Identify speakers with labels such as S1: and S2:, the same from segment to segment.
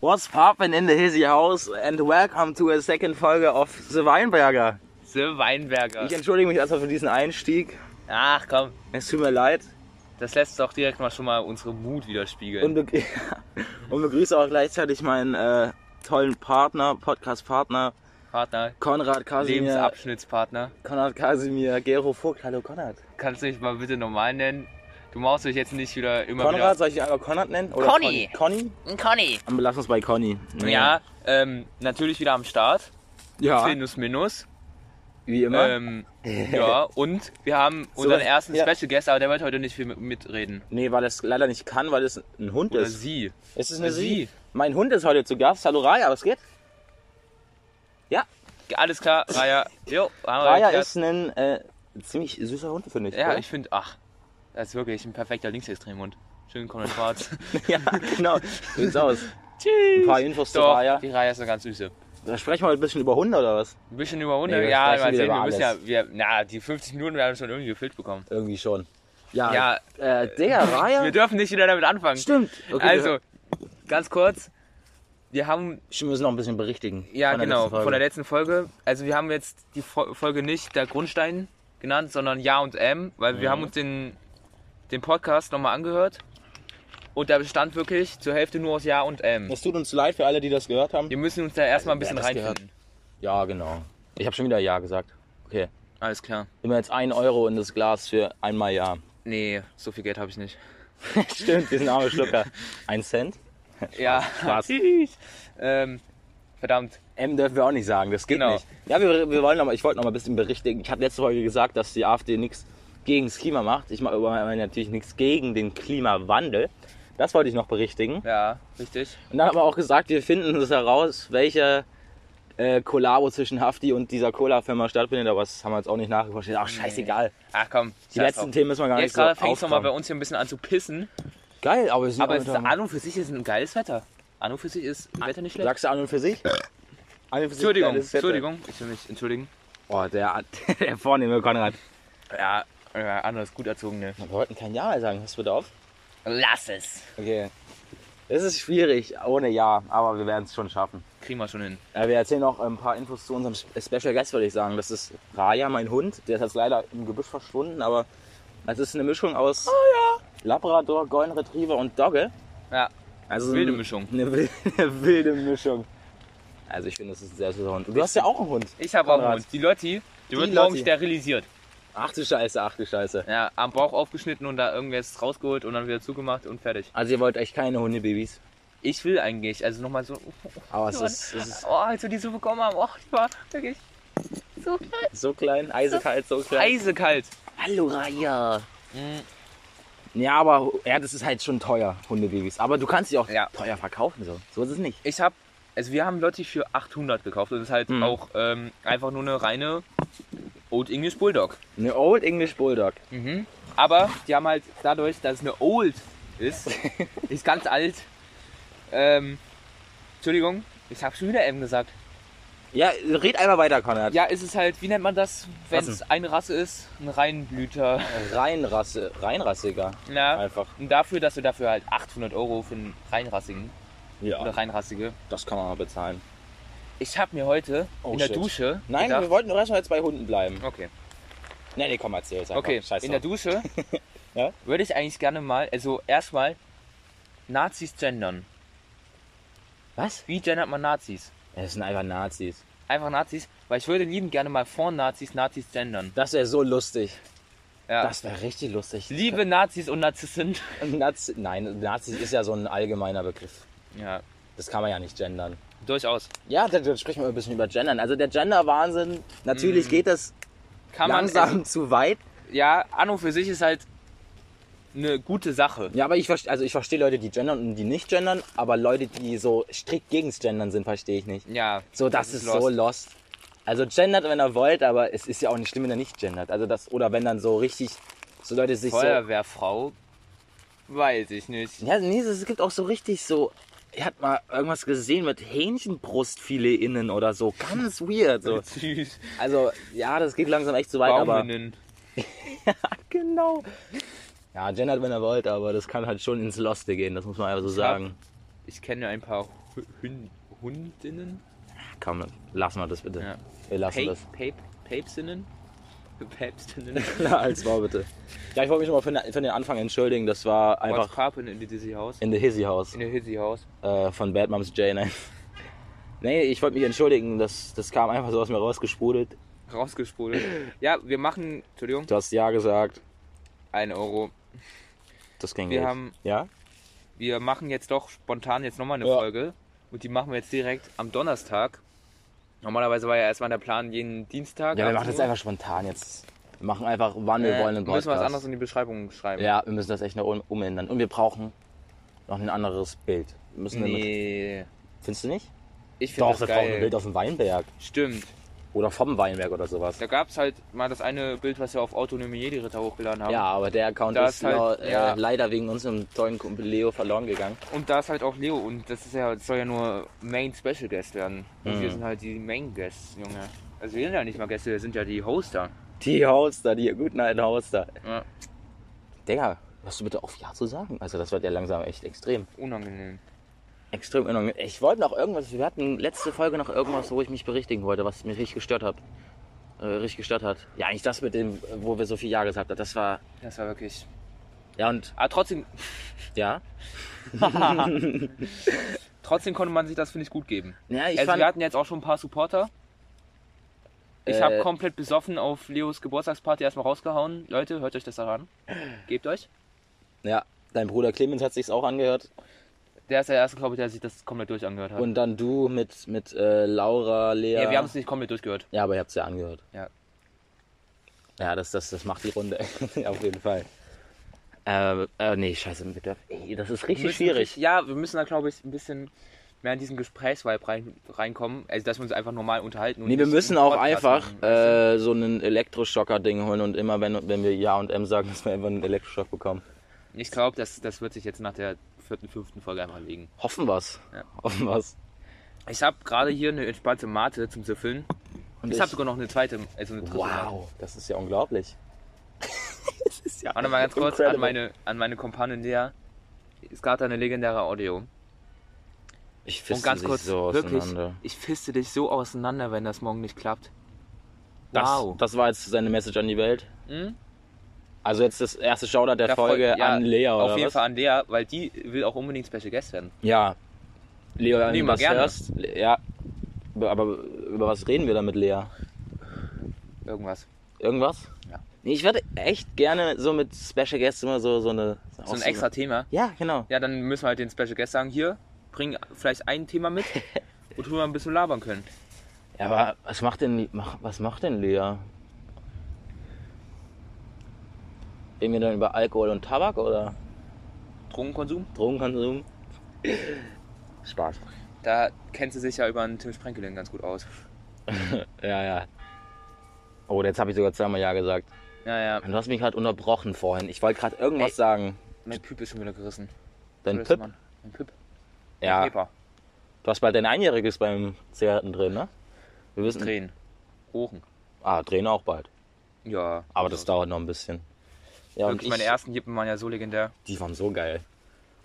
S1: What's poppin' in the hizzy house and welcome to a second Folge of The Weinberger.
S2: Sim Weinberger.
S1: Ich entschuldige mich erstmal für diesen Einstieg.
S2: Ach komm,
S1: Es tut mir leid
S2: das lässt doch direkt mal schon mal unsere Mut widerspiegeln.
S1: und, be und begrüße auch gleichzeitig meinen äh, tollen Partner, Podcast-Partner,
S2: Partner,
S1: Konrad Kasimir,
S2: Lebensabschnittspartner.
S1: Konrad Kasimir, Gero Vogt. Hallo Konrad.
S2: Kannst du dich mal bitte normal nennen? Du machst dich jetzt nicht wieder immer
S1: Konrad, soll ich ihn einfach Konrad nennen? Oder
S2: Conny.
S1: Conny?
S2: wieder. Conny.
S1: Dann belassen wir es bei Conny.
S2: Ja, ähm, natürlich wieder am Start.
S1: Ja,
S2: Minus minus.
S1: wie immer.
S2: Ähm, ja, und wir haben unseren
S1: was-
S2: ersten
S1: ja.
S2: Special Guest, aber der wird heute nicht viel mit- mitreden.
S1: Nee, weil es leider nicht kann, weil es ein Hund
S2: Oder
S1: ist.
S2: sie.
S1: Es ist eine
S2: Sie.
S1: Sie. Mein Hund ist heute zu Gast. Hallo Raya, was geht?
S2: Alles klar, Raya. Jo, haben wir
S1: Raya
S2: geklärt.
S1: ist ein äh, ziemlich süßer Hund, finde ich.
S2: Ja,
S1: oder?
S2: ich finde, ach, das ist wirklich ein perfekter Linksextremhund. Schön Conrad Schwarz.
S1: ja genau. So sieht's aus.
S2: Tschüss.
S1: Ein paar Infos zu
S2: Doch,
S1: Raya.
S2: die Raya ist eine ganz süße.
S1: Da sprechen wir heute ein bisschen über Hunde oder was?
S2: Ein bisschen über Hunde,
S1: Nee, wir
S2: ja,
S1: sprechen
S2: mal sehen,
S1: wieder
S2: wir
S1: über
S2: müssen
S1: alles.
S2: ja, wir, na, die 50 Minuten werden schon irgendwie gefüllt bekommen.
S1: Irgendwie schon. Ja.
S2: Ja,
S1: Äh, Digga, Raya?
S2: wir dürfen nicht wieder damit anfangen.
S1: Stimmt. Okay,
S2: also,
S1: wir-
S2: ganz kurz, wir haben,
S1: wir müssen noch ein bisschen berichtigen.
S2: ja
S1: von der
S2: genau,
S1: letzten Folge.
S2: von der letzten Folge, also wir haben jetzt die Fo- Folge nicht der Grundstein genannt, sondern Ja und M, weil
S1: Mhm.
S2: wir haben uns den, den Podcast nochmal angehört und der bestand wirklich zur Hälfte nur aus Ja und M.
S1: Es tut uns leid für alle, die das gehört haben.
S2: Wir müssen uns da erstmal ein
S1: Also,
S2: bisschen
S1: wer hat das
S2: reinfinden.
S1: Ja, genau. Ich habe schon wieder Ja gesagt. Okay.
S2: Alles klar.
S1: Immer jetzt 1 Euro in das Glas für einmal Ja.
S2: Nee, so viel Geld habe ich nicht.
S1: Stimmt, diesen armen Schlucker. Ein Cent?
S2: Ja.
S1: Spaß.
S2: ähm, verdammt.
S1: M dürfen wir auch nicht sagen, das geht
S2: Genau.
S1: nicht. Ja, wir, wir wollen noch mal, ich wollte noch mal ein bisschen berichtigen. Ich habe letzte Folge gesagt, dass die AfD nichts gegen das Klima macht. Ich mache aber natürlich nichts gegen den Klimawandel. Das wollte ich noch berichtigen.
S2: Ja, richtig.
S1: Und dann haben wir auch gesagt, wir finden uns heraus, welche äh, Kollabo zwischen Hafti und dieser Cola-Firma stattfindet. Aber das haben wir jetzt auch nicht nachgeforscht. Ach, scheißegal.
S2: Ach komm.
S1: Die
S2: scheiß
S1: letzten
S2: drauf.
S1: Themen müssen wir gar
S2: Jetzt
S1: nicht
S2: gerade
S1: so
S2: fängt es nochmal bei
S1: aufkramen.
S2: uns hier ein bisschen an zu pissen.
S1: Geil, aber wir sind
S2: Aber
S1: auch
S2: es ist
S1: unter-
S2: an und für sich ist ein geiles Wetter. An und für sich ist das Wetter nicht schlecht.
S1: Sagst du an und für sich? An und für sich
S2: Entschuldigung,
S1: geiles Wetter.
S2: Entschuldigung. Ich will mich entschuldigen.
S1: Boah, der, der vornehme Konrad.
S2: Ja, ja anders gut ne? erzogene.
S1: Wir wollten kein Ja mehr sagen, hast du bitte auf?
S2: Lass es.
S1: Okay. Es ist schwierig, ohne Ja, aber wir werden es schon schaffen.
S2: Kriegen wir schon hin.
S1: Äh, wir erzählen noch ein paar Infos zu unserem äh, Special Guest, würde ich sagen. Das ist Raya, mein Hund. Der ist jetzt leider im Gebüsch verschwunden, aber es ist eine Mischung aus
S2: Ah,
S1: Labrador, Golden Retriever und Dogge.
S2: Ja.
S1: Also
S2: Wilde
S1: ein-
S2: Mischung.
S1: Eine wilde, eine wilde Mischung. Also ich finde, das ist ein sehr süßer Hund. Und Du hast ja auch einen Hund.
S2: Ich habe auch einen
S1: Konrad.
S2: Hund. Die Lotti, die, wird
S1: Lotti.
S2: morgen sterilisiert.
S1: Ach du Scheiße, ach du Scheiße.
S2: Ja, am Bauch aufgeschnitten und da irgendwas rausgeholt und dann wieder zugemacht und fertig.
S1: Also ihr wollt echt keine Hundebabys.
S2: Ich will eigentlich, also nochmal so,
S1: Aber es
S2: Mann.
S1: ist, es ist
S2: Oh, als wir die so bekommen haben, oh, ich war wirklich so kalt.
S1: so klein, eisekalt, so klein.
S2: eisekalt.
S1: Hallo Raya. Hm. Ja, aber ja, das ist halt schon teuer, Hundebabys. Aber du kannst sie auch
S2: Ja.
S1: teuer verkaufen. So. so ist es nicht.
S2: Ich habe, also wir haben Lotti für 800 gekauft und das ist halt
S1: Mhm.
S2: auch ähm, einfach nur eine reine Old English Bulldog.
S1: Eine Old English Bulldog.
S2: Aber die haben halt dadurch, dass es eine Old ist, die ist ganz alt. Ähm, Entschuldigung, ich habe schon wieder M gesagt.
S1: Ja, red einmal weiter, Konrad.
S2: Ja, ist es halt, wie nennt man das, wenn
S1: Rassen.
S2: es eine Rasse ist? Ein Reinblüter.
S1: Reinrasse, reinrassiger.
S2: Ja.
S1: Einfach.
S2: Und dafür, dass wir dafür halt 800 Euro für einen reinrassigen oder
S1: Ja,
S2: reinrassige
S1: das kann man mal bezahlen.
S2: Ich habe mir heute
S1: Oh,
S2: in der
S1: shit.
S2: Dusche.
S1: Nein,
S2: gedacht,
S1: wir wollten doch erstmal jetzt bei Hunden bleiben.
S2: Okay,
S1: Nee, nee, komm, erzähl jetzt einfach.
S2: okay.
S1: Scheiß
S2: in der
S1: drauf.
S2: Dusche
S1: Ja?
S2: würde ich eigentlich gerne mal, also erstmal Nazis gendern.
S1: Was?
S2: Wie gendert man Nazis?
S1: Ja, Das sind einfach Nazis.
S2: Einfach Nazis, weil ich würde lieben gerne mal vor Nazis Nazis gendern.
S1: Das wäre so lustig.
S2: Ja.
S1: Das wäre richtig lustig.
S2: Liebe Nazis und Narzissen.
S1: Nazi Nein, Nazis ist ja so ein allgemeiner Begriff.
S2: Ja,
S1: Das kann man ja nicht gendern.
S2: durchaus.
S1: Ja, dann, dann sprechen wir ein bisschen über Gendern. Also der Gender-Wahnsinn, natürlich geht das
S2: Kann
S1: langsam zu weit.
S2: man. Ja, an und für sich ist halt eine gute Sache.
S1: Ja, aber ich, verste- also ich verstehe Leute, die gendern und die nicht gendern, aber Leute, die so strikt gegens Gendern sind, verstehe ich nicht.
S2: Ja.
S1: So, das, ist, so
S2: lost.
S1: lost. Also gendert, wenn er wollt, aber es ist ja auch nicht schlimm, wenn er nicht gendert. Also das, oder wenn dann so richtig, so Leute sich
S2: Feuerwehrfrau. Weiß ich nicht.
S1: so... Ja, nee, es gibt auch so richtig so... Ich hat mal irgendwas gesehen mit Hähnchenbrustfilet innen oder so. Ganz weird. So.
S2: Süß.
S1: Also, ja, das geht langsam echt zu weit, aber...
S2: Bauminnen.
S1: genau. Ja, gendert, wenn er wollt, aber das kann halt schon ins Loste gehen, das muss man einfach so sagen.
S2: ich kenne ein paar Hü- Hün- Hundinnen.
S1: Komm, lassen wir das bitte.
S2: Ja.
S1: Wir lassen
S2: Pape,
S1: das.
S2: Pape, Papesinnen? Päpstinnen?
S1: Na, als war bitte. Ja, ich wollte mich nochmal für, den- für den Anfang entschuldigen. Das war
S2: Einfach
S1: einfach
S2: Papin in die Dizzy House.
S1: in the Hizzy House.
S2: In der Hizzy House.
S1: äh, von Bad Moms J. Nein. Nee, ich wollte mich entschuldigen, das, das kam einfach so aus mir rausgesprudelt.
S2: Rausgesprudelt. Ja, wir machen, Entschuldigung,
S1: Du hast ja gesagt,
S2: 1 Euro.
S1: das ging
S2: Wir
S1: nicht.
S2: haben-
S1: ja?
S2: Wir machen jetzt doch spontan jetzt nochmal eine
S1: Ja.
S2: Folge. Und die machen wir jetzt direkt am Donnerstag. Normalerweise war ja erstmal der Plan jeden Dienstag.
S1: Ja, wir
S2: 18
S1: machen das
S2: Uhr.
S1: einfach spontan jetzt. Wir machen einfach, wann wir
S2: also Äh,
S1: wollen einen
S2: müssen wir was anderes
S1: Podcast.
S2: in die Beschreibung schreiben.
S1: Ja, wir müssen das echt noch um- umändern. Und wir brauchen noch ein anderes Bild. Wir müssen damit,
S2: Nee.
S1: findest du nicht?
S2: Ich finde
S1: Doch,
S2: das
S1: wir brauchen ein
S2: geil.
S1: Bild aus dem Weinberg.
S2: Stimmt.
S1: Oder vom Weinberg oder sowas.
S2: Da gab es halt mal das eine Bild, was wir auf Autonomie Jedi Ritter hochgeladen haben.
S1: Ja, aber der Account
S2: Da
S1: ist
S2: ist halt-
S1: lau- äh,
S2: ja.
S1: leider wegen unserem tollen Kumpel Leo verloren gegangen.
S2: Und da ist halt auch Leo und das ist ja, das soll ja nur Main Special Guest werden. Und
S1: Mhm.
S2: wir sind halt die Main Guests, Junge. Also wir sind ja nicht mal Gäste, wir sind ja die Hoster.
S1: Die Hoster, die guten alten Hoster.
S2: Ja.
S1: Digga, hörst du bitte auf Ja zu sagen? Also das wird ja langsam echt extrem.
S2: Unangenehm.
S1: Extrem unangenehm. Ich wollte noch irgendwas, wir hatten letzte Folge noch irgendwas, wo ich mich berichtigen wollte, was mich richtig gestört hat. Äh, richtig gestört hat. Ja, eigentlich das mit dem, wo wir so viel Ja gesagt haben. Das war.
S2: Das war wirklich.
S1: Ja und
S2: Aber trotzdem,
S1: ja.
S2: trotzdem konnte man sich das, finde ich, gut geben.
S1: Ja, ich
S2: also wir
S1: fand.
S2: hatten jetzt auch schon ein paar Supporter. Ich
S1: Äh,
S2: habe komplett besoffen auf Leos Geburtstagsparty erstmal rausgehauen. Leute, hört euch das daran. Gebt euch.
S1: Ja, dein Bruder Clemens hat sich's auch angehört.
S2: Der ist der erste, glaube ich, der sich das komplett durchangehört hat.
S1: Und dann du mit, mit äh, Laura, Lea.
S2: ja, wir haben es nicht komplett durchgehört.
S1: Ja, aber ihr habt es ja angehört.
S2: Ja.
S1: Ja, das, das, das macht die Runde. Auf jeden Fall.
S2: Ähm,
S1: Äh, äh, nee, scheiße, bitte. Ey, das ist richtig
S2: müssen-
S1: schwierig.
S2: Ja, wir müssen da, glaube ich, ein bisschen mehr in diesen Gesprächsvibe rein, reinkommen. Also, dass wir uns einfach normal unterhalten. und
S1: Nee, wir
S2: nicht
S1: müssen
S2: einen
S1: auch
S2: Podcast
S1: einfach
S2: machen.
S1: äh,
S2: Also,
S1: so einen Elektroschocker-Ding holen und immer, wenn, wenn wir Ja und M sagen, dass wir einfach einen Elektroschock bekommen. äh,
S2: Ich glaube, das, das wird sich jetzt nach der vierten, fünften Folge einfach legen.
S1: Hoffen wir's.
S2: Ja.
S1: Hoffen wir's.
S2: Ich habe gerade hier eine entspannte Mate zum Zerfüllen.
S1: Und
S2: Ich habe sogar noch eine zweite, also eine dritte. Mate.
S1: wow, das ist ja unglaublich. das ist ja
S2: Warte mal ganz kurz
S1: incredible.
S2: an meine, an meine Kompanin Lea. Es gab da eine legendäre Audio.
S1: Ich
S2: Und
S1: fisse
S2: um ganz
S1: sich
S2: kurz,
S1: so
S2: wirklich,
S1: auseinander.
S2: ich fiste dich so auseinander, wenn das morgen nicht klappt.
S1: Das,
S2: wow.
S1: das war jetzt seine Message an die Welt.
S2: Hm?
S1: Also jetzt das erste Shoutout der
S2: Da fol-
S1: Folge
S2: ja,
S1: an Lea, oder
S2: Auf jeden
S1: was?
S2: Fall an Lea, weil die will auch unbedingt Special Guest werden.
S1: Ja. Lea, wenn du
S2: Nehmen wir
S1: was
S2: gerne.
S1: hörst, Le- ja. Aber über was reden wir da mit Lea?
S2: Irgendwas.
S1: Irgendwas?
S2: Ja.
S1: Nee, ich würde echt gerne so mit Special Guests immer so, so eine.
S2: So ein extra Thema.
S1: Ja, genau.
S2: Ja, dann müssen wir halt den Special Guest sagen, hier, bring vielleicht ein Thema mit, worüber wir ein bisschen labern können.
S1: Ja, aber was macht denn, mach- was macht denn Lea? Reden wir dann über Alkohol und Tabak oder
S2: Drogenkonsum,
S1: Drogenkonsum? Spaß.
S2: da kennt sie sich ja über einen Tim Sprenkelin ganz gut aus.
S1: Ja, ja. Oh, jetzt habe ich sogar zweimal Ja gesagt.
S2: Ja, ja,
S1: Du hast mich gerade unterbrochen vorhin. Ich wollte gerade irgendwas
S2: Ey.
S1: sagen.
S2: mein Pip ist schon wieder gerissen.
S1: Dein
S2: Grüß,
S1: Pip?
S2: Mann. Mein Pip.
S1: Ja.
S2: Paper.
S1: Du hast bald dein Einjähriges beim Zigaretten drehen, ne? Wir wissen.
S2: Drehen. Rochen.
S1: Ah, drehen auch bald.
S2: Ja.
S1: Aber das dauert noch ein bisschen. Ja,
S2: Wirklich, meine ersten Jippen waren ja so legendär.
S1: die waren so geil.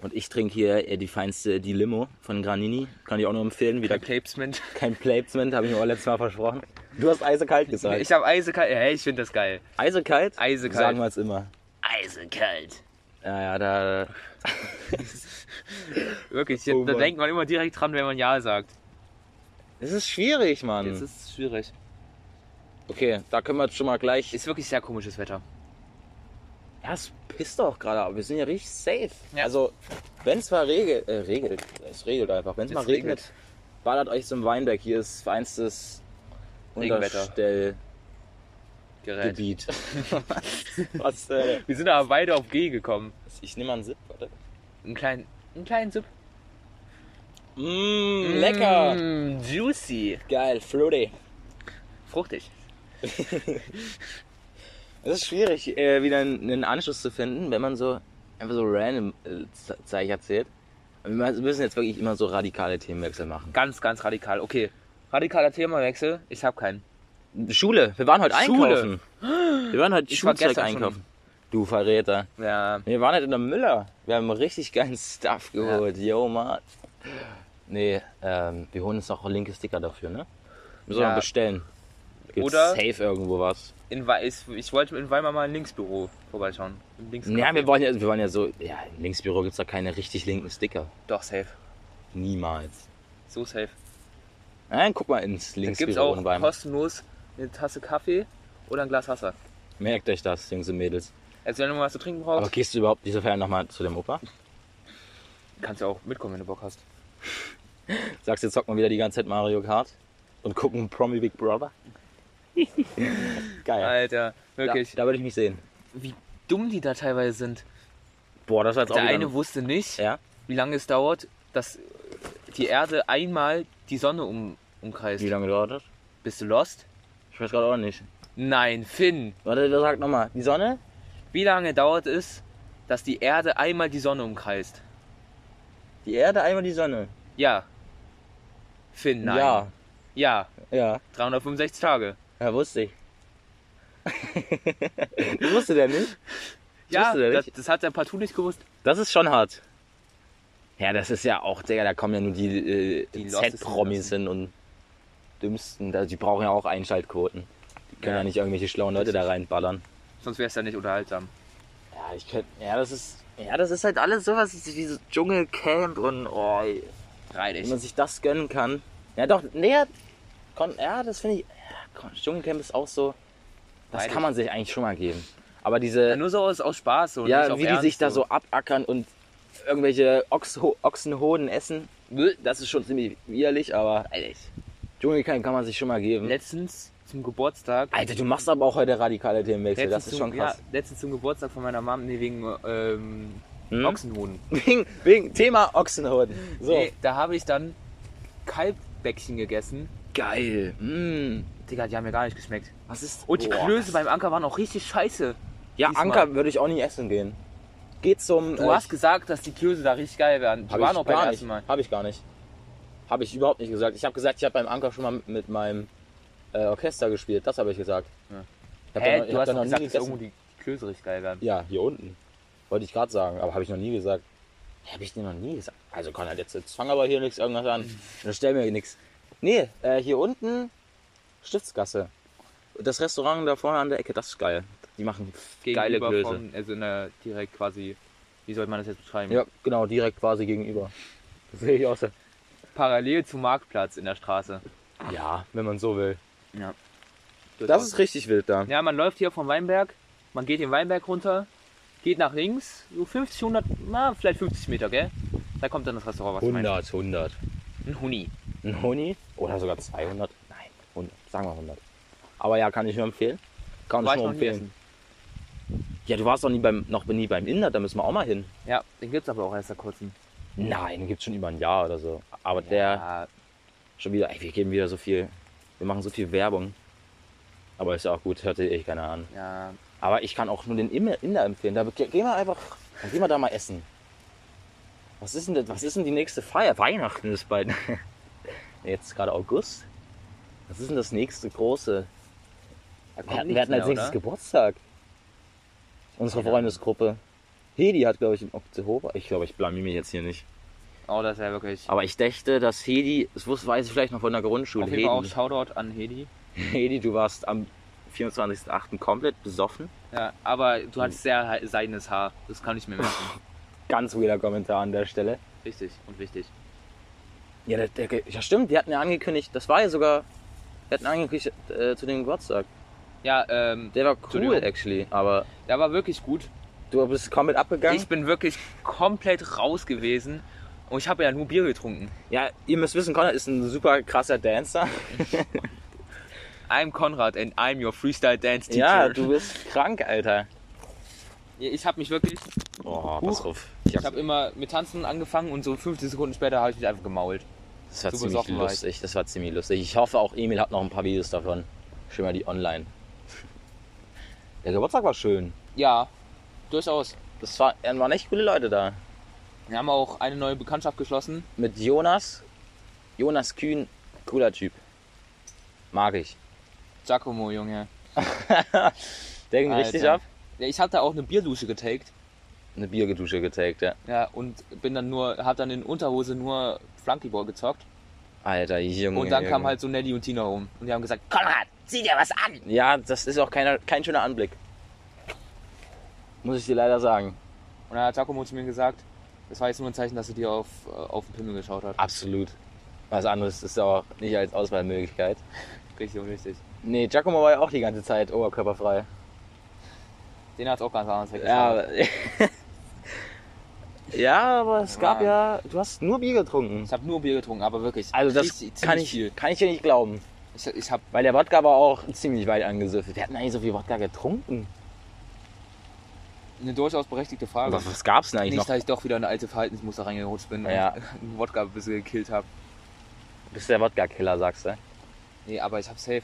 S1: Und ich trinke hier äh, die feinste, die Limo von Granini. Kann ich auch nur empfehlen. Wieder
S2: Bei Placement.
S1: kein Placement, habe ich mir auch letztes Mal versprochen. Du hast eisekalt gesagt.
S2: Ich habe eisekalt. Hey, ich finde das geil.
S1: eisekalt?
S2: Eisekalt.
S1: Sagen wir es immer.
S2: Eisekalt.
S1: Ja, ja, da.
S2: Wirklich, hier,
S1: Oh
S2: da
S1: Mann.
S2: denkt man immer direkt dran, wenn man Ja sagt.
S1: Es ist schwierig, Mann.
S2: Jetzt ist es schwierig.
S1: okay, da können wir jetzt schon mal gleich.
S2: Ist wirklich sehr komisches Wetter.
S1: Ja, es pisst auch gerade, aber wir sind ja richtig safe.
S2: Ja.
S1: Also, wenn es mal regelt, äh, regelt, es regelt einfach. Wenn es mal
S2: Es
S1: regnet,
S2: regnet.
S1: ballert euch zum Weinberg. Hier ist feinstes
S2: Regenwetter.
S1: Unterstellgebiet.
S2: Gerät.
S1: Was, äh,
S2: Wir sind aber beide auf G gekommen.
S1: ich nehme mal einen Sip, warte.
S2: Einen kleinen, einen kleinen Sip. Hm.
S1: Mmm, lecker.
S2: Mm, juicy.
S1: Geil, fruity.
S2: Fruchtig.
S1: Es ist schwierig, äh, wieder einen, einen Anschluss zu finden, wenn man so einfach so random äh, Ze- Zeichen erzählt. Wir müssen jetzt wirklich immer so radikale Themenwechsel machen.
S2: Ganz, ganz radikal. Okay. Radikaler Themawechsel. Ich habe keinen.
S1: Schule. Wir waren heute
S2: Schule.
S1: einkaufen. Wir waren heute
S2: Ich war
S1: Schulzeug
S2: gestern schon-
S1: einkaufen. Du Verräter.
S2: Ja.
S1: Wir waren heute in der Müller. Wir haben richtig geilen Stuff geholt. Yo, Mann. Nee, ähm, wir holen uns noch linke Sticker dafür, ne? Müssen wir
S2: Ja.
S1: mal bestellen. Gibt's
S2: Oder-
S1: safe irgendwo was.
S2: In Wei- ich, ich wollte in Weimar mal im Linksbüro vorbeischauen. Im Links
S1: Ja, wir wollen ja, wir wollen ja so, ja, im Linksbüro gibt's da keine richtig linken Sticker.
S2: Doch, safe.
S1: Niemals.
S2: So safe.
S1: Nein, guck mal ins
S2: Da gibt es
S1: Linksbüro
S2: auch
S1: in Weimar.
S2: kostenlos eine Tasse Kaffee oder ein Glas Wasser.
S1: Merkt euch das, Jungs und Mädels.
S2: Also wenn du mal was zu trinken
S1: Aber
S2: brauchst,
S1: gehst du überhaupt diese Feier nochmal zu dem Opa?
S2: kannst du auch mitkommen, wenn du Bock hast.
S1: Sagst du, zocken wir wieder die ganze Zeit Mario Kart und gucken Promi Big Brother? Geil.
S2: Alter,
S1: Da,
S2: wirklich.
S1: da würde ich mich sehen.
S2: Wie dumm die da teilweise sind.
S1: Boah, das war jetzt auch
S2: Der
S1: wieder
S2: eine
S1: ein-
S2: wusste nicht,
S1: Ja?
S2: wie lange es dauert, dass die Erde einmal die Sonne um, umkreist.
S1: Wie lange dauert das?
S2: Bist du lost?
S1: Ich weiß gerade auch nicht.
S2: Nein, Finn.
S1: Warte, der sagt nochmal. Die Sonne?
S2: Wie lange dauert es, dass die Erde einmal die Sonne umkreist?
S1: Die Erde, einmal die Sonne.
S2: Ja. Finn, nein.
S1: Ja,
S2: Ja,
S1: ja.
S2: 365 Tage.
S1: Ja, wusste ich. das wusste der nicht.
S2: Ja,
S1: wusste der
S2: das,
S1: nicht.
S2: das hat er partout nicht gewusst.
S1: Das ist schon hart. Ja, das ist ja auch, Digga, da kommen ja nur die, äh,
S2: Die Lostesten
S1: Z-Promis hin und dümmsten. Da- Die brauchen ja auch Einschaltquoten. Die können ja,
S2: Ja.
S1: nicht irgendwelche schlauen Leute da reinballern.
S2: Sonst wäre es ja nicht unterhaltsam.
S1: Ja, ich könnte. Ja, das ist. Ja, das ist halt alles sowas, dieses Dschungelcamp und oh, ey.
S2: Reinig.
S1: wenn man sich das gönnen kann. Ja doch, näher. Kon ja, das finde ich. Ja, Kon Dschungelcamp ist auch so. Das
S2: Beides.
S1: kann man sich eigentlich schon mal geben. Aber
S2: Ja,
S1: diese.
S2: nur so aus, aus Spaß. So,
S1: Ja,
S2: nicht auf
S1: wie
S2: Ernst,
S1: die sich da so abackern und irgendwelche Ochs Ho- Ochsenhoden essen. Bäh, Das ist schon ziemlich widerlich, aber
S2: Ehrlich.
S1: Dschungelcamp kann man sich schon mal geben.
S2: Letztens zum Geburtstag.
S1: Alter, du machst aber auch heute radikale Themenwechsel.
S2: letztens
S1: Das ist
S2: zum,
S1: schon krass.
S2: Ja, letztens zum Geburtstag von meiner Mom, nee, wegen ähm,
S1: Hm?
S2: Ochsenhoden.
S1: Wegen, wegen Thema Ochsenhoden. So.
S2: Nee, da habe ich dann Kalbbäckchen gegessen.
S1: Geil. Mm.
S2: Digga, die haben mir gar nicht geschmeckt.
S1: Was ist.
S2: Hm. Und die
S1: Boah.
S2: Klöße beim Anker waren auch richtig scheiße.
S1: Ja,
S2: diesmal.
S1: Anker würde ich auch nie essen gehen. um, äh, Geht zum.
S2: Du hast gesagt, dass die Klöße da richtig geil wären. Die
S1: Hab
S2: waren
S1: ich
S2: auch beim
S1: gar
S2: ersten
S1: nicht.
S2: Mal.
S1: Habe ich gar nicht. Habe ich überhaupt nicht gesagt. Ich habe gesagt, ich habe beim Anker schon mal mit meinem äh, Orchester gespielt. Das habe ich gesagt.
S2: Ja.
S1: Ich hab
S2: Hä,
S1: da noch- ich
S2: du
S1: hab
S2: hast
S1: da
S2: doch
S1: nie
S2: gesagt, dass
S1: gegessen.
S2: irgendwo die Klöße richtig geil wären.
S1: Ja, hier unten. Wollte ich gerade sagen, aber habe ich noch nie gesagt. Habe ich dir noch nie gesagt. Also Konrad, jetzt, jetzt fang aber hier nichts irgendwas an. Dann stell mir nichts. Nee, äh, hier unten Stiftsgasse. Das Restaurant da vorne an der Ecke, das ist geil. Die machen geile
S2: Gegenüber
S1: Klöße.
S2: Von, also in der, direkt quasi, wie soll man das jetzt beschreiben?
S1: Ja, genau, direkt quasi gegenüber. Das sehe ich auch so.
S2: Parallel zum Marktplatz in der Straße.
S1: Ja, wenn man so will.
S2: Ja.
S1: Das ist richtig wild da.
S2: Ja, man läuft hier vom Weinberg, man geht den Weinberg runter, geht nach links, so 50, 100, na, vielleicht 50 Meter, gell? Da kommt dann das Restaurant, was du meinst.
S1: 100, 100.
S2: Ein Huni.
S1: Ein Honi? Oder sogar 200? Nein, 100. Sagen wir 100. Aber ja, kann ich nur empfehlen. Kann ich
S2: War ich
S1: nur
S2: noch nie
S1: empfehlen.
S2: essen.
S1: Ja, du warst doch nie beim, noch nie beim Inder, da müssen wir auch mal hin.
S2: Ja, den gibt's aber auch erst seit kurzem.
S1: Nein, gibt's schon über ein Jahr oder so. Aber der
S2: Ja,
S1: schon wieder, ey, wir geben wieder so viel, wir machen so viel Werbung. Aber ist ja auch gut, hört eh keiner an.
S2: ja.
S1: Aber ich kann auch nur den Im- Inder empfehlen. Da ge- gehen wir einfach, dann gehen wir da mal essen. Was ist denn, das, was ist denn die nächste Feier? Weihnachten ist bald. Jetzt ist gerade August. Was ist denn das nächste große?
S2: Da kommt
S1: Wir hatten,
S2: nichts
S1: wir hatten als
S2: mehr,
S1: nächstes
S2: oder?
S1: Geburtstag. Unsere
S2: Ja.
S1: Freundesgruppe. Hedi hat, glaube ich, im Oktober. Ich glaube, ich blamier mich jetzt hier nicht.
S2: Oh, das ist ja wirklich.
S1: Aber ich dächte, dass Hedi, das wusste, weiß ich vielleicht noch von der Grundschule.
S2: Auf jeden Fall auch
S1: Hedi,
S2: Shoutout an Hedi.
S1: Hedi, du warst am 24.08. komplett besoffen.
S2: Ja, aber du hattest sehr he- seidenes Haar. Das kann ich mir merken.
S1: Ganz weirder Kommentar an der Stelle.
S2: Richtig und wichtig.
S1: Ja, der, der, ja stimmt, die hatten ja angekündigt, das war ja sogar, die hatten angekündigt äh, zu dem Geburtstag.
S2: Ja, ähm,
S1: Der war cool,
S2: Entschuldigung.
S1: actually, aber
S2: der war wirklich gut.
S1: du bist komplett abgegangen.
S2: Ich bin wirklich komplett raus gewesen und ich habe ja nur Bier getrunken.
S1: ja, ihr müsst wissen, Conrad ist ein super krasser Dancer.
S2: I'm Konrad and I'm your Freestyle Dance Teacher.
S1: Ja, du bist krank, Alter.
S2: Ich habe mich wirklich,
S1: Oh,
S2: pass
S1: auf.
S2: ich habe immer mit Tanzen angefangen und so 15 Sekunden später habe ich mich einfach gemault.
S1: das war
S2: du
S1: ziemlich
S2: besoffen war ich.
S1: lustig, das war ziemlich lustig. Ich hoffe, auch Emil hat noch ein paar Videos davon. Schön mal die online. Der Geburtstag war schön.
S2: Ja, durchaus.
S1: Das war, es waren echt coole Leute da.
S2: Wir haben auch eine neue Bekanntschaft geschlossen.
S1: Mit Jonas. Jonas Kühn, cooler Typ. Mag ich.
S2: Giacomo, Junge.
S1: Der ging richtig
S2: Alter.
S1: ab.
S2: Ja, ich hatte auch eine Bierdusche getaked.
S1: eine Biergedusche getaggt, ja.
S2: Ja, und bin dann nur, habe dann in Unterhose nur Flunkyball gezockt.
S1: Alter, Junge.
S2: Und dann
S1: Junge.
S2: kamen halt so Nelly und Tina rum. Und die haben gesagt, Konrad, zieh dir was an!
S1: Ja, das ist auch keiner, kein schöner Anblick. Muss ich dir leider sagen.
S2: Und dann hat Takomo zu mir gesagt, das war jetzt nur ein Zeichen, dass sie dir auf, äh, auf den Pimmel geschaut hat.
S1: Absolut. Was anderes ist auch nicht als Auswahlmöglichkeit.
S2: Richtig und richtig.
S1: Nee, Giacomo war ja auch die ganze Zeit oberkörperfrei.
S2: Den hat auch ganz anders weggeschaut.
S1: Ja, aber- ja, aber es gab
S2: Mann.
S1: ja. Du hast nur Bier getrunken.
S2: Ich habe nur Bier getrunken, aber wirklich.
S1: Also das
S2: richtig-
S1: kann
S2: ziemlich
S1: ich, kann ich dir nicht glauben.
S2: Viel. Ich, ich habe
S1: Weil der Wodka war auch ziemlich weit angesüffelt. Wir hatten eigentlich so viel Wodka getrunken.
S2: eine durchaus berechtigte Frage.
S1: Aber was gab's denn eigentlich
S2: Nicht,
S1: noch?
S2: dass ich doch wieder in alte Verhaltensmuster reingerutscht bin
S1: Ja.
S2: und einen Wodka ein bisschen gekillt habe.
S1: Du halt- bist der Wodka-Killer, sagst du?
S2: Nee, aber ich habe safe.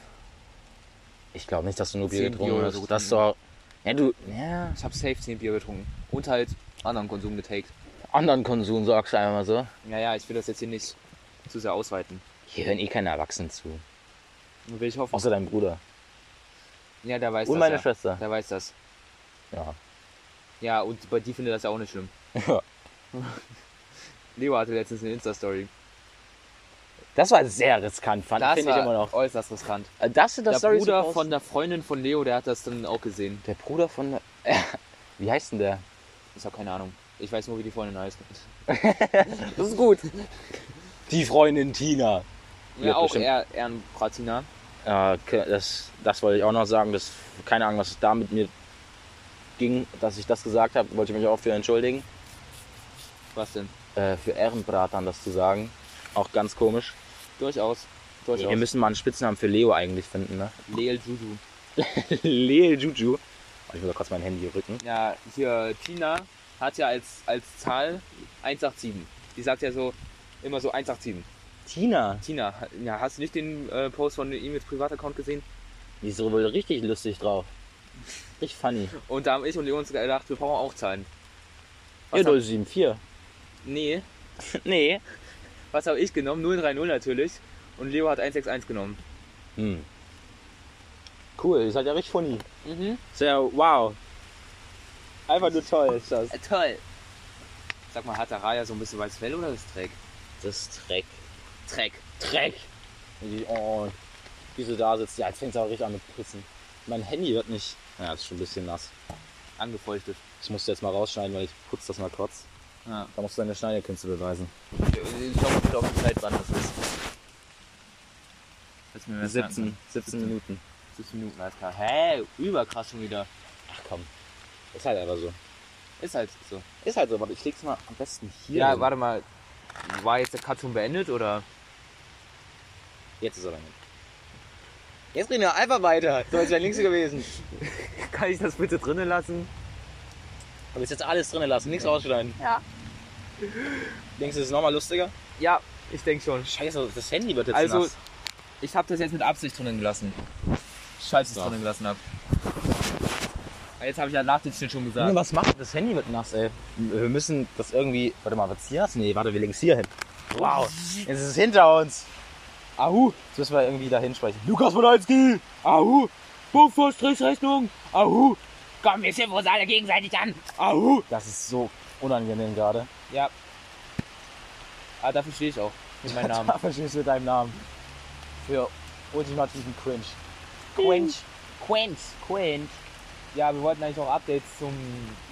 S1: Ich glaube nicht, dass du nur Bier
S2: Zehn Bier
S1: getrunken
S2: oder
S1: hast.
S2: so
S1: das ist doch. Ja, du. Ja.
S2: Ich habe safe 10 Bier getrunken. Und halt anderen Konsum getaked.
S1: Anderen Konsum, sagst du einfach mal so.
S2: Naja, ich will das jetzt hier nicht zu sehr ausweiten.
S1: Hier hören eh keine Erwachsenen zu.
S2: Nur will ich hoffen.
S1: Außer deinem Bruder.
S2: ja, der weiß
S1: Und
S2: das.
S1: meine
S2: ja.
S1: Schwester.
S2: Der weiß das.
S1: Ja.
S2: Ja, und bei die findet das ja auch nicht schlimm.
S1: Ja.
S2: Leo hatte letztens eine Insta-Story.
S1: Das war sehr riskant, fand
S2: Das
S1: finde ich
S2: war
S1: immer noch.
S2: äußerst riskant.
S1: Das sind das
S2: Der
S1: Storys
S2: Bruder
S1: so
S2: von der Freundin von Leo, der hat das dann auch gesehen.
S1: Der Bruder von. Wie heißt denn der?
S2: Ich habe keine Ahnung. Ich weiß nur, wie die Freundin heißt.
S1: Das ist gut. Die Freundin Tina.
S2: Ja, auch
S1: bestimmt.
S2: er, er ein Bratina.
S1: Äh, ke- das, das wollte ich auch noch sagen. Das, keine Ahnung, was es da mit mir ging, dass ich das gesagt habe. Wollte ich mich auch für entschuldigen.
S2: Was denn?
S1: Äh, für Ehrenbratern das zu sagen. Auch ganz komisch.
S2: Durchaus.
S1: Wir
S2: Durchaus.
S1: müssen mal einen Spitznamen für Leo eigentlich finden, ne?
S2: Leel Juju.
S1: Leo Juju. Oh, ich muss doch kurz mein Handy rücken.
S2: Ja, hier Tina hat ja als, als Zahl 187. Die sagt ja so immer so 187.
S1: Tina.
S2: Tina, ja, hast du nicht den äh, Post von ihm mit Privataccount gesehen?
S1: Die ist wohl richtig lustig drauf. Richtig funny.
S2: Und da haben ich und Leo uns gedacht, wir brauchen auch Zahlen.
S1: Ja,
S2: Was
S1: 074.
S2: Nee,
S1: nee.
S2: was habe ich genommen? 030 natürlich. Und Leo hat 161 genommen.
S1: Hm. Cool, ihr seid ja richtig funny.
S2: Mhm.
S1: Sehr, wow. Einfach nur toll ist das.
S2: Äh, toll. Sag mal, hat der Raya so ein bisschen weißes Fell oder ist es Dreck?
S1: Das ist Dreck.
S2: Dreck.
S1: Dreck! Oh, wie sie da sitzt. Ja, jetzt fängt es auch richtig an mit Pissen. Mein Handy wird nicht. Ja, ist schon ein bisschen nass.
S2: Angefeuchtet.
S1: Das musst du jetzt mal rausschneiden, weil ich putze das mal kurz.
S2: Ja.
S1: Da musst du deine Schneiderkünste beweisen.
S2: Ich glaube, ich glaube, die Zeit, wann das ist. Lass mir mal sagen. ne?
S1: 17, 17 Minuten.
S2: 17 Minuten, alles klar. Hä? Überkrass schon wieder.
S1: Ach komm. Ist halt einfach so.
S2: Ist halt so.
S1: Ist halt so, warte, ich leg's mal am besten hier.
S2: Ja,
S1: hin.
S2: warte mal. War jetzt der Cut schon beendet oder?
S1: Jetzt ist er damit. Jetzt reden wir einfach weiter. So, jetzt wäre links gewesen.
S2: Kann ich das bitte drinnen lassen?
S1: Du willst jetzt alles drin lassen, nichts rausschneiden.
S2: Ja.
S1: Denkst du, es ist nochmal lustiger?
S2: Ja, ich denke schon.
S1: Scheiße, das Handy wird jetzt
S2: Also,
S1: nass.
S2: ich habe das jetzt mit Absicht drinnen gelassen. Scheiße,
S1: So.
S2: drinnen gelassen hab. Aber Jetzt habe ich ja nach dem Schnitt schon gesagt.
S1: was macht das Handy wird nass, ey? Wir müssen das irgendwie. Warte mal, was hier ist? Nee, warte, wir legen es hier hin. Wow, jetzt ist es hinter uns. Ahu, jetzt müssen wir irgendwie da hinsprechen. Lukas Podolski! Ahu! Buchvorstrichrechnung! Ahu!
S2: Komm, wir schimpfen uns alle gegenseitig an.
S1: Ahu! Das ist so unangenehm gerade.
S2: Ja. Ah, dafür stehe ich auch. Mit meinem Namen.
S1: Da verstehst du mit deinem Namen. Für ultimativen Cringe. Cringe.
S2: Quench. Quench. Ja, wir wollten eigentlich auch Updates zum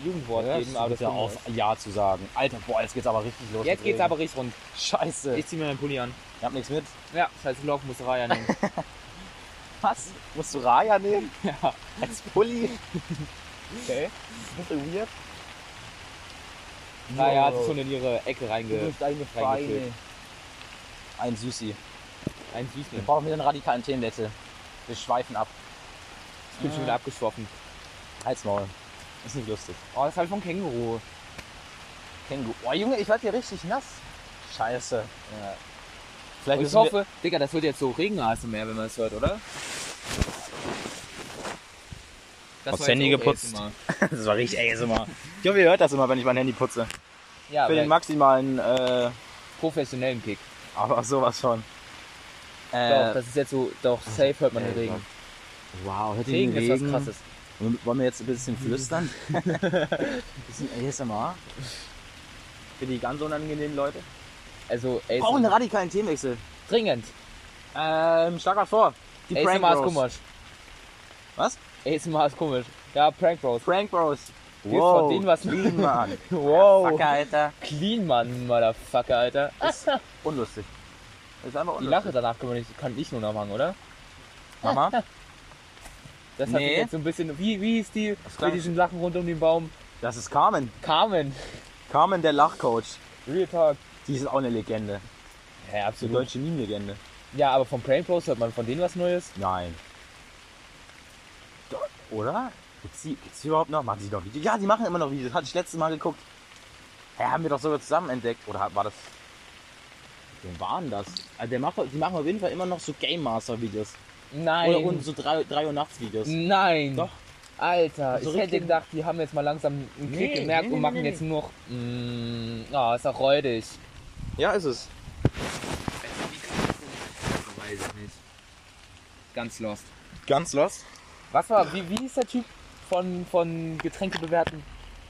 S2: Jugendwort
S1: Ja,
S2: geben, aber das
S1: ja
S2: kommt
S1: auf,
S2: erst.
S1: Ja zu sagen. Alter, boah, jetzt geht's aber richtig los.
S2: Jetzt
S1: mit
S2: geht's
S1: Regen.
S2: aber richtig rund.
S1: Scheiße.
S2: Ich zieh mir meinen Pulli an.
S1: Ich hab nichts mit.
S2: Ja, scheiße, gelaufen, musste Raya nehmen.
S1: Was? Musst du Raya nehmen?
S2: ja.
S1: Als Pulli? Okay. Bisschen weird.
S2: Raya hat sich schon in ihre Ecke reinge...
S1: eine
S2: Feine.
S1: Ein Süßi.
S2: Ein Süßling.
S1: Wir brauchen wieder einen radikalen Themenwechsel. Wir schweifen ab.
S2: Ich bin schon wieder abgeschwoffen.
S1: Halsmaul. Ist nicht lustig.
S2: Oh, das habe ich vom Känguru.
S1: Känguru. Oh Junge, ich werd hier richtig nass. Scheiße. Ja. Vielleicht
S2: Und ich
S1: müssen Also wir-
S2: hoffe, Digga, das wird jetzt so regen mehr, wenn man es hört, oder? Das
S1: Aufs
S2: war jetzt
S1: Handy
S2: auch
S1: geputzt.
S2: ASMR.
S1: Das war richtig ASMR. Ich hoffe, ihr hört das immer, wenn ich mein Handy putze.
S2: Ja,
S1: Für den
S2: aber
S1: maximalen, äh,
S2: professionellen Kick.
S1: aber sowas schon. Äh,
S2: doch, das ist jetzt so, doch, safe hört man den
S1: Ey,
S2: Regen.
S1: wow, hört
S2: Regen ist was krasses.
S1: Wollen wir jetzt ein bisschen flüstern? bisschen ASMR? Für die ganz unangenehmen Leute?
S2: Also, ey,
S1: Brauchen einen radikalen Themenwechsel.
S2: dringend.
S1: Ähm, schlag mal vor. Die
S2: Ey,
S1: Prank
S2: ASMR ist
S1: Bros.
S2: komisch.
S1: Was?
S2: Ey, ASMR ist komisch. Ja, Prank Bros.
S1: Prank Bros.
S2: Willst von denen was-
S1: Liegen wir an.
S2: Wow.
S1: Fucker, Alter.
S2: Clean, Mann, Motherfucker, Alter.
S1: Ist unlustig. Ist einfach
S2: Die
S1: unlustig.
S2: Lache danach kann, man nicht, kann ich nur nachmachen, oder?
S1: Mama.
S2: Das hat
S1: Nee.
S2: sich jetzt so ein bisschen. Wie, wie hieß die
S1: klang-
S2: mit diesen Sachen rund um den Baum?
S1: Das ist Carmen.
S2: Carmen.
S1: Carmen, der Lachcoach.
S2: Real Talk.
S1: Die ist auch eine Legende.
S2: Ja,
S1: Die
S2: absolut.
S1: deutsche Meme-Legende.
S2: Ja, aber vom Prank Bros hört man von denen was Neues?
S1: Nein. Do- Oder? Gibt's die, gibt's die überhaupt noch? Machen die noch Videos? Ja, die machen immer noch Videos. Hatte ich letztes Mal geguckt. Ja, haben wir doch sogar zusammen entdeckt. Oder war das. Wer waren das? Also der macht, die machen auf jeden Fall immer noch so Game Master Videos.
S2: Nein.
S1: Oder und so 3 Uhr nachts Videos.
S2: Nein.
S1: Doch.
S2: Alter,
S1: Also
S2: ich
S1: richtig-
S2: hätte gedacht, die haben jetzt mal langsam einen Klick
S1: Nee,
S2: gemerkt
S1: nee,
S2: und
S1: nee,
S2: machen
S1: nee,
S2: jetzt nur noch. Mm, Ah, ist auch räudig.
S1: Ja, ist es.
S2: Weiß ich nicht. Ganz lost.
S1: Ganz los.
S2: Was war, wie, wie hieß der Typ von, von Getränke bewerten?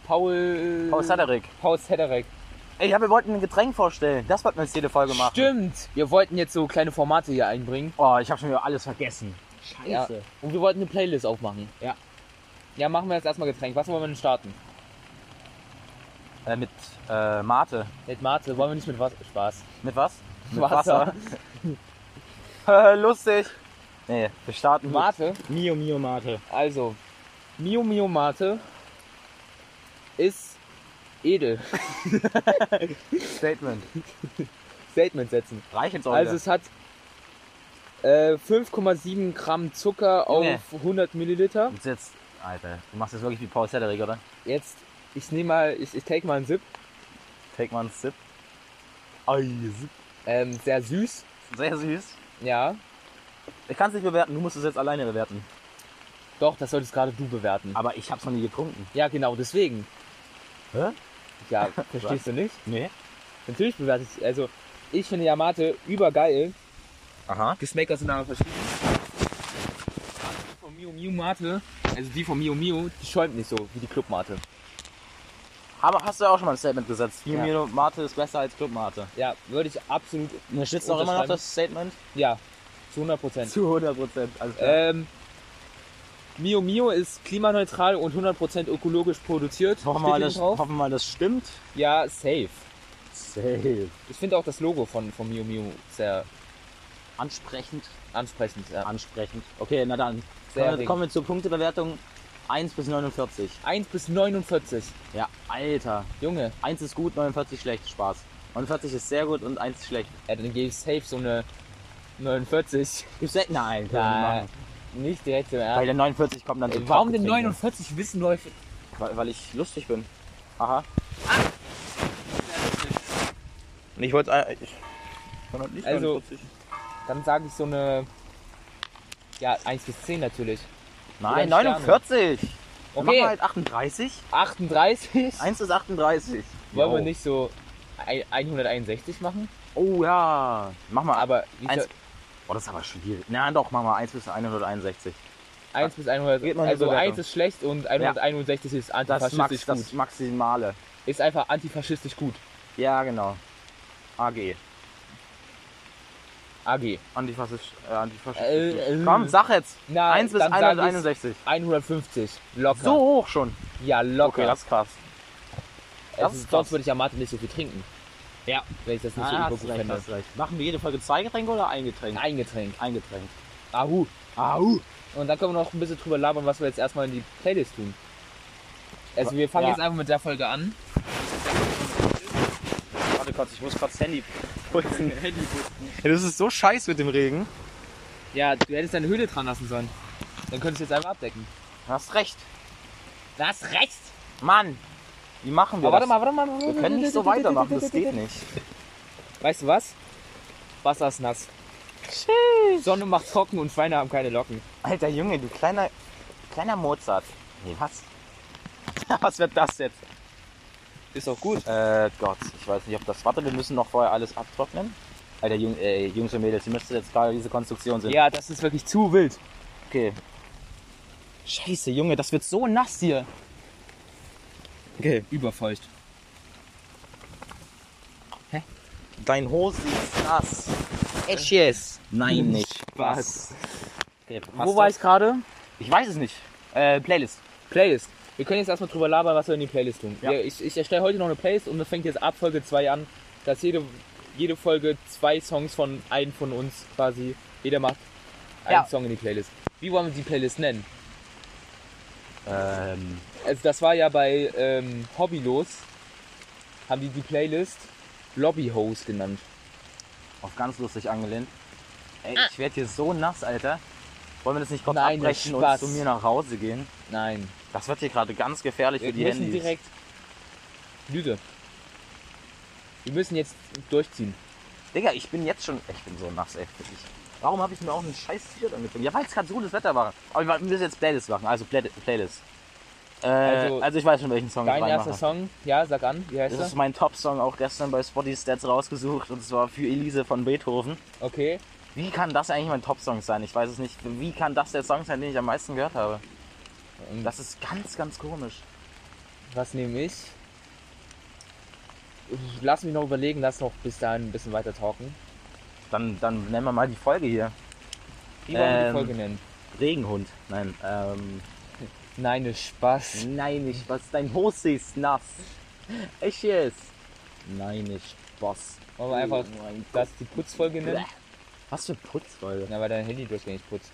S2: Paul.
S1: Paul Sadarik.
S2: Paul Sederek.
S1: Ey, ja, wir wollten ein Getränk vorstellen. Das wollten wir jetzt jede Folge machen.
S2: Stimmt! Wir wollten jetzt so kleine Formate hier einbringen.
S1: Oh, ich habe schon wieder alles vergessen.
S2: Ja.
S1: Scheiße.
S2: Und wir wollten eine Playlist aufmachen.
S1: Ja.
S2: Ja, machen wir jetzt erstmal Getränk. Was wollen wir denn starten?
S1: Äh, mit äh, Mate.
S2: Mit Mate, wollen wir nicht mit was? Spaß.
S1: Mit was? Mit
S2: Wasser.
S1: Wasser. Lustig. Nee, wir starten mit
S2: Mate,
S1: Mio Mio Mate.
S2: also. Mio Mio Mate ist edel.
S1: Statement.
S2: Statement setzen.
S1: Reich jetzt auch
S2: Also
S1: wieder.
S2: es hat äh, 5,7 Gramm Zucker auf
S1: Junge.
S2: 100 Milliliter.
S1: Und jetzt, Alter, du machst das wirklich wie Paul Cedric, oder?
S2: Jetzt, ich nehme mal, ich, ich take mal einen Sip.
S1: Take mal einen Sip. Ei, Sip.
S2: Ähm, sehr süß.
S1: Sehr süß.
S2: Ja.
S1: Ich kann es nicht bewerten, du musst es jetzt alleine bewerten.
S2: Doch, das solltest gerade du bewerten.
S1: Aber ich hab's noch nie getrunken.
S2: Ja, genau, deswegen.
S1: Hä?
S2: Ja, verstehst du nicht?
S1: Nee.
S2: Natürlich bewerte ich, also ich finde Yamate übergeil.
S1: Aha.
S2: Geschmäcker sind aber verschieden. Die von Mio Mio Mate, also die von Mio Mio, die schäumt nicht so wie die Club Mate.
S1: Aber hast du auch schon mal ein Statement gesetzt? Mio
S2: Ja.
S1: Mio Mate ist besser als Club Mate.
S2: Ja, würde ich absolut,
S1: Und stützt auch immer noch das Statement?
S2: ja, zu 100 Prozent.
S1: Zu 100 Prozent. Also,
S2: Ähm, Mio Mio ist klimaneutral und 100% ökologisch produziert.
S1: hoffen,
S2: Steht
S1: wir mal,
S2: hinten
S1: das,
S2: drauf.
S1: hoffen wir mal, das stimmt.
S2: Ja, safe.
S1: Safe.
S2: Ich finde auch das Logo von, von Mio Mio sehr
S1: Ansprechend.
S2: ansprechend. Ja.
S1: ansprechend. Okay, na dann.
S2: Sehr
S1: Kommen wir-
S2: reg.
S1: kommen wir zur Punktebewertung 1 bis 49.
S2: 1 bis 49.
S1: Ja, Alter.
S2: Junge,
S1: 1 ist gut, 49 schlecht. Spaß. 49 ist sehr gut und 1 ist schlecht.
S2: ja, dann gebe ich safe so eine 49.
S1: Gibt's selten eine 1.
S2: Ja, nicht direkt im
S1: Weil
S2: Ernst.
S1: der 49 kommt dann zum
S2: Äh, Warum denn
S1: Top-Getränke.
S2: 49 wissen Leute?
S1: Weil, weil ich lustig bin. Aha. Ah. Ich wollte. äh, Ich, halt nicht
S2: Also- 49. Dann sage ich so eine. Ja, 1 bis 10 natürlich.
S1: Nein,
S2: Oder
S1: 49! Dann machen
S2: Okay.
S1: wir halt 38.
S2: 38?
S1: 1 ist 38.
S2: Wollen wir
S1: Jo.
S2: nicht so ein- 161 machen?
S1: Oh ja. Mach mal
S2: Aber wie
S1: Eins-
S2: soll-
S1: Boah, das ist aber schwierig. Na doch, mach mal 1 bis 161.
S2: 1 bis 100.
S1: Geht mal in die
S2: Also
S1: Bewertung.
S2: 1 ist schlecht und 161 ist
S1: Das,
S2: antifaschistisch
S1: max,
S2: gut.
S1: das Maximale.
S2: Ist einfach antifaschistisch gut.
S1: Ja, genau. AG.
S2: AG.
S1: Antifaschistisch. Äh, antifaschistisch.
S2: Äh, äh.
S1: Komm, sag jetzt.
S2: Na,
S1: 1 bis
S2: dann sag ich's
S1: 161.
S2: 150. Locker.
S1: So hoch schon. Ah,
S2: Ja, locker.
S1: Okay, das ist krass. das
S2: also,
S1: ist krass.
S2: sonst würde ich ja Mate nicht so viel trinken.
S1: Ja. Ah,
S2: Wenn ich das nicht so übergut fände.
S1: recht. Machen wir jede Folge zwei Getränke oder ein Getränk?
S2: Ein Getränk.
S1: Ein Getränk.
S2: Ahu.
S1: Au.
S2: Und dann können wir noch ein bisschen drüber labern, was wir jetzt erstmal in die Playlist tun. Also wir fangen
S1: Ja.
S2: jetzt einfach mit der Folge an.
S1: Warte kurz, ich muss kurz Handy putzen. Das ist so scheiß mit dem Regen.
S2: Ja, du hättest deine Höhle dran lassen sollen. Dann könntest du jetzt einfach abdecken.
S1: Hast recht.
S2: Das recht.
S1: Mann. Wie machen wir
S2: Aber warte
S1: das?
S2: mal, warte mal. warte mal.
S1: Wir können nicht so weitermachen, das geht nicht.
S2: Weißt du was? Wasser ist nass. Sonne macht trocken und Schweine haben keine Locken.
S1: Alter Junge, du kleiner, kleiner Mozart. Nee, was? was wird das jetzt?
S2: Ist auch gut.
S1: Äh, Gott, ich weiß nicht, ob das. Warte, wir müssen noch vorher alles abtrocknen. Alter, Jung, äh, Jungs und Mädels, ihr müsst jetzt gerade diese Konstruktion sehen.
S2: Ja, das ist wirklich zu wild.
S1: Okay. Scheiße, Junge, das wird so nass hier. Okay.
S2: Überfeucht. Hä?
S1: Dein Hose ist nass. Äschjes. Nein, nicht.
S2: Spaß.
S1: Okay,
S2: Wo war ich gerade?
S1: Ich weiß es nicht. Äh, Playlist.
S2: Playlist. Wir können jetzt erstmal drüber labern, was wir in die Playlist tun.
S1: Ja.
S2: Wir- Ich, ich erstelle heute noch eine Playlist und das fängt jetzt ab Folge 2 an, dass jede, jede Folge zwei Songs von einem von uns quasi, jeder macht einen
S1: Ja.
S2: Song in die Playlist. Wie wollen wir die Playlist nennen?
S1: Ähm,
S2: Also das war ja bei ähm, Hobbylos, haben die die Playlist Lobbyhose genannt.
S1: auf ganz lustig angelehnt. Ey, ich werde hier so nass, Alter. Wollen wir das nicht kurz
S2: Ah. Nein,
S1: abbrechen und
S2: Spaß.
S1: zu mir nach Hause gehen?
S2: Nein,
S1: Das wird hier gerade ganz gefährlich
S2: wir
S1: für die
S2: müssen
S1: Handys.
S2: direkt... Lüge. Wir müssen jetzt durchziehen.
S1: Digga, ich bin jetzt schon. Ich bin so nass, ey. Ich, warum habe ich mir auch einen scheiß T-Shirt angezogen? Ja, weil es gerade so gutes Wetter war. Aber wir müssen jetzt Playlist machen. Also Play Playlist. Äh, also,
S2: Also,
S1: ich weiß schon, welchen Song ich
S2: Dein erster
S1: reinmache.
S2: Song, ja, sag an, wie heißt
S1: Das ist
S2: er?
S1: mein Top-Song, auch gestern bei Spotty Stats rausgesucht. Und zwar für Elise von Beethoven.
S2: Okay.
S1: Wie kann das eigentlich mein Top-Song sein? Ich weiß es nicht. Wie kann das der Song sein, den ich am meisten gehört habe?
S2: Und
S1: Das ist ganz, ganz komisch.
S2: Was nehme ich? Lass mich noch überlegen, lass noch bis dahin ein bisschen weiter talken.
S1: Dann, dann nennen wir mal die Folge hier.
S2: Wie wollen wir die
S1: Ähm.
S2: Folge nennen?
S1: Regenhund. Nein, ähm.
S2: Nein, ist Spaß.
S1: Nein, nicht was. Dein Hose ist nass. Ich jetzt. Nein, nicht was.
S2: Wollen wir einfach
S1: Oh mein
S2: das die Putzfolge
S1: Gott.
S2: nennen?
S1: Was für Putzfolge?
S2: Na, weil dein Handy durchgängig putzt.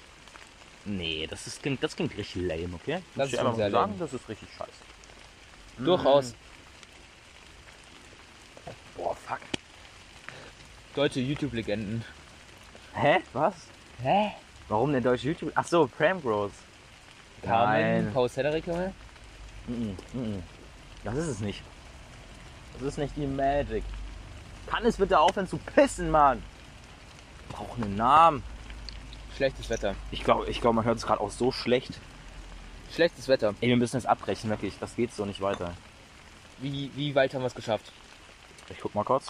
S1: Nee, das, ist, klingt- das klingt richtig lame, okay?
S2: Das
S1: Muss
S2: ist
S1: ich einfach
S2: schon sehr
S1: mal sagen,
S2: lame.
S1: das ist richtig scheiße. Mhm.
S2: Durchaus.
S1: Boah, fuck.
S2: Deutsche YouTube-Legenden.
S1: Hä? Was?
S2: Hä?
S1: Warum denn deutsche YouTube? Ach so, Pram Bros.
S2: Carmen,
S1: Nein.
S2: Paus Henrik, Junge.
S1: Mm -mm, mm -mm. Das ist es nicht. Das ist nicht die Magic. Kann es bitte aufhören zu pissen, Mann? Braucht einen Namen.
S2: Schlechtes Wetter.
S1: Ich glaube, ich glaub, man hört es gerade auch so schlecht.
S2: Schlechtes Wetter.
S1: Ey, wir müssen jetzt abbrechen, wirklich. Das geht so nicht weiter.
S2: Wie, wie weit haben wir es geschafft?
S1: Ich guck mal kurz.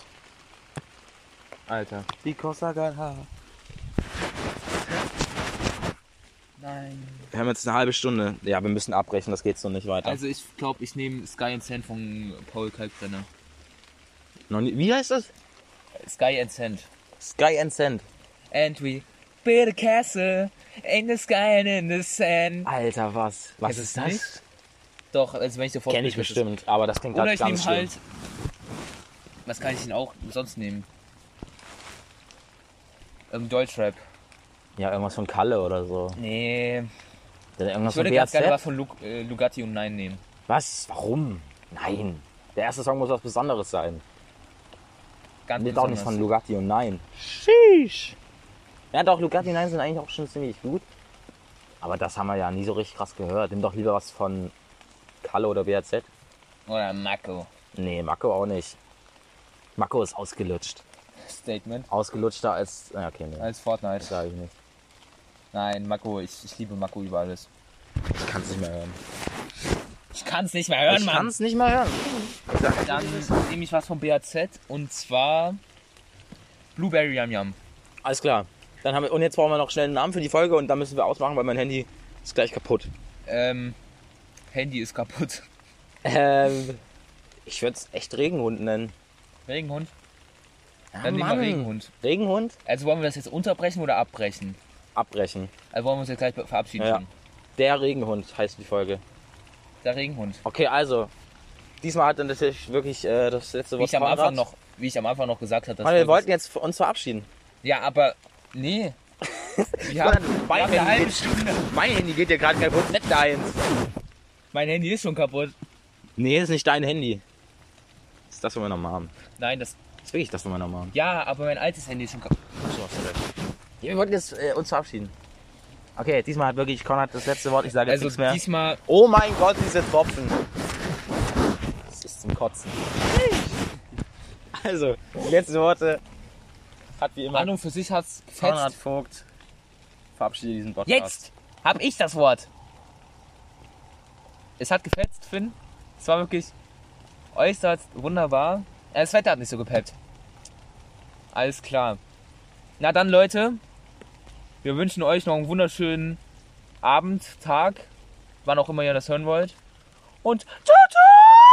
S2: Alter.
S1: Because I got high.
S2: Nein.
S1: Wir haben jetzt eine halbe Stunde. Ja, wir müssen abbrechen, das geht so nicht weiter.
S2: Also ich glaube, ich nehme Sky and Sand von Paul Kalkbrenner.
S1: Noch nie, wie heißt das?
S2: Sky and Sand.
S1: Sky and Sand.
S2: And we build a castle in the sky and in the sand.
S1: Alter, was? Was ist das?
S2: Nicht? Doch, also wenn ich sofort.
S1: Kenn ich
S2: blick, das ist-
S1: bestimmt, aber das klingt
S2: Oder
S1: gerade
S2: ich nehme
S1: ganz schlimm.
S2: halt. Was kann ich denn auch sonst nehmen? Ähm, Deutschrap.
S1: Ja, irgendwas von Kalle oder so.
S2: Nee.
S1: Dann irgendwas
S2: Ich würde
S1: von
S2: ganz
S1: BAZ?
S2: gerne was von Lu äh, Lugatti und Nein nehmen.
S1: Was? Warum? Nein. Der erste Song muss was Besonderes sein.
S2: Ganz
S1: Wird auch nicht von
S2: besonders.
S1: Lugatti und Nein. Sheesh. Ja, doch, Lugatti und Nein sind eigentlich auch schon ziemlich gut. Aber das haben wir ja nie so richtig krass gehört. Nimm doch lieber was von Kalle oder BAZ.
S2: Oder Oh Mako.
S1: Nee, Mako auch nicht. Mako ist ausgelutscht.
S2: Statement.
S1: Ausgelutschter als. Ja, okay, nee.
S2: Als Fortnite.
S1: Sag ich nicht.
S2: Nein, Mako, ich, ich liebe Mako über alles.
S1: Ich kann es nicht mehr hören.
S2: Ich kann's nicht mehr hören,
S1: Ich
S2: Mann.
S1: kann es nicht mehr hören.
S2: Dann nehme ich was von BAZ und zwar Blueberry Yam Yam.
S1: Alles klar. Dann haben wir, und jetzt brauchen wir noch schnell einen Namen für die Folge und dann müssen wir ausmachen, weil mein Handy ist gleich kaputt.
S2: Ähm, Handy ist kaputt.
S1: Ähm, ich würde es echt Regenhund nennen.
S2: Regenhund?
S1: Ja,
S2: Dann nehmen wir Regenhund.
S1: Regenhund?
S2: Also wollen wir das jetzt unterbrechen oder abbrechen?
S1: Abbrechen.
S2: Also wollen wir uns jetzt gleich be- verabschieden?
S1: Ja.
S2: schon?
S1: Der Regenhund heißt die Folge.
S2: Der Regenhund.
S1: Okay, also. Diesmal hat dann natürlich wirklich äh, das letzte
S2: Wie
S1: Wort
S2: ich, am
S1: Konrad.
S2: Anfang noch, wie ich am Anfang noch gesagt habe, dass
S1: Mann, wir
S2: Folge-
S1: wollten jetzt uns verabschieden.
S2: Ja, aber nee. Wir haben, wir haben eine halbe Stunde.
S1: Mein Handy geht ja gerade kaputt, nicht deins.
S2: Mein Handy ist schon kaputt.
S1: Nee, ist nicht dein Handy. Ist das von meiner Mom.
S2: Nein, das.
S1: Ist wirklich das von meiner Mom.
S2: Ja, aber mein altes Handy ist schon kaputt.
S1: Ja, wir wollten jetzt äh, uns verabschieden. Okay, diesmal hat wirklich Konrad das letzte Wort. Ich sage jetzt
S2: Also
S1: nichts mehr.
S2: diesmal.
S1: Oh mein Gott, diese Tropfen. Das ist zum Kotzen. Also, die letzten Worte hat wie immer
S2: An und für sich hat's
S1: Konrad
S2: gefetzt.
S1: Vogt. Verabschiede diesen Podcast.
S2: Jetzt hab ich das Wort. Es hat gefetzt, Finn. Es war wirklich äußerst wunderbar. Äh, Das Wetter hat nicht so gepeppt. Alles klar. Na dann, Leute. Wir wünschen euch noch einen wunderschönen Abend, Tag, wann auch immer ihr das hören wollt. Und tschüss!